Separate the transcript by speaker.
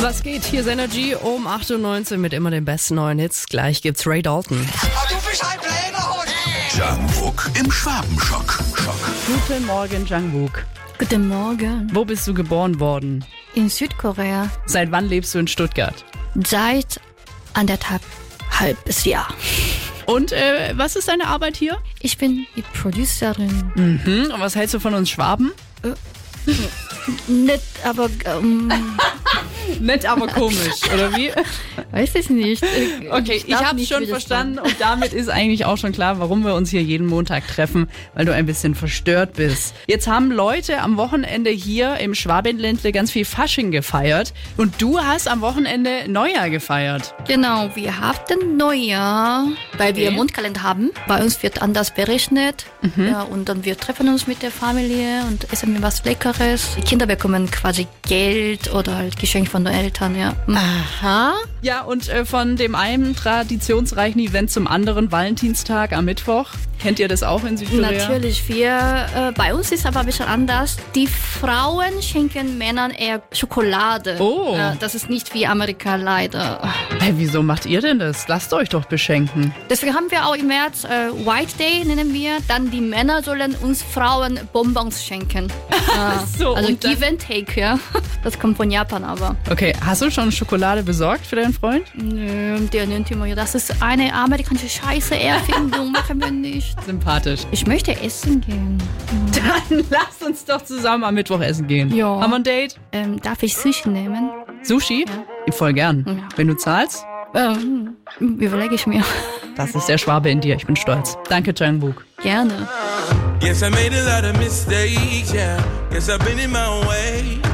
Speaker 1: Was geht? Hier ist Energy um 8.19 Uhr mit immer den besten neuen Hits. Gleich gibt's Ray Dalton.
Speaker 2: Ah, Du bist ein Bläderhund!
Speaker 3: Jump im Schwabenschock. Schock.
Speaker 1: Guten Morgen, Jungwook.
Speaker 4: Guten Morgen.
Speaker 1: Wo bist du geboren worden?
Speaker 4: In Südkorea
Speaker 1: Seit wann lebst du in Stuttgart?
Speaker 4: seit anderthalb halbes Jahr.
Speaker 1: Und äh, was ist deine Arbeit hier?
Speaker 4: Ich bin die Producerin.
Speaker 1: Hm, und was hältst du von uns Schwaben?
Speaker 4: Nett, aber ähm,
Speaker 1: Nett, aber komisch, oder wie?
Speaker 4: weiß ich nicht. Äh,
Speaker 1: Okay, ich
Speaker 4: darf
Speaker 1: habe
Speaker 4: nicht
Speaker 1: schon
Speaker 4: widersprechen.
Speaker 1: verstanden und damit ist eigentlich auch schon klar, warum wir uns hier jeden Montag treffen, weil du ein bisschen verstört bist. Jetzt haben Leute am Wochenende hier im Schwabenländle ganz viel Fasching gefeiert und du hast am Wochenende Neujahr gefeiert.
Speaker 4: Genau, wir haben Neujahr, weil wir
Speaker 1: Okay. Mhm.
Speaker 4: Mondkalender haben. Bei uns wird anders berechnet. Ja, und dann wir treffen uns mit der Familie und essen wir was Leckeres. Die Kinder bekommen quasi Geld oder halt Geschenk von den Eltern, ja. Aha.
Speaker 1: Ja, und äh, von dem einen traditionsreichen Event zum anderen Valentinstag am Mittwoch. Kennt ihr das auch in Südkorea?
Speaker 4: Natürlich, wir, äh, bei uns ist aber ein bisschen anders. Die Frauen schenken Männern eher Schokolade.
Speaker 1: Oh.
Speaker 4: Äh, das ist nicht wie Amerika leider.
Speaker 1: Hey, wieso macht ihr denn das? Lasst euch doch beschenken.
Speaker 4: Deswegen haben wir auch im März äh, White Day, nennen wir. Dann die Männer sollen uns Frauen Bonbons schenken. Ja.
Speaker 1: so,
Speaker 4: also
Speaker 1: Oh, und dann-
Speaker 4: Give and Take, ja. Das kommt von Japan aber.
Speaker 1: Okay, hast du schon Schokolade besorgt für deinen Freund?
Speaker 4: Nö, der nennt immer, ja, das ist eine amerikanische Scheiße, Erfindung, machen wir nicht.
Speaker 1: Sympathisch.
Speaker 4: Ich möchte essen gehen.
Speaker 1: Dann lasst uns doch zusammen am Mittwoch essen gehen.
Speaker 4: Ja.
Speaker 1: Haben wir ein Date?
Speaker 4: Ähm, darf ich Sushi nehmen?
Speaker 1: Sushi? Voll gern.
Speaker 4: Ja.
Speaker 1: Wenn du zahlst,
Speaker 4: Ähm, überlege ich mir.
Speaker 1: das ist der Schwabe in dir. Ich bin stolz. Danke, Jungwook.
Speaker 4: Gerne.
Speaker 5: Yes, I made a lot of mistakes, yeah. Guess I've been in my own way.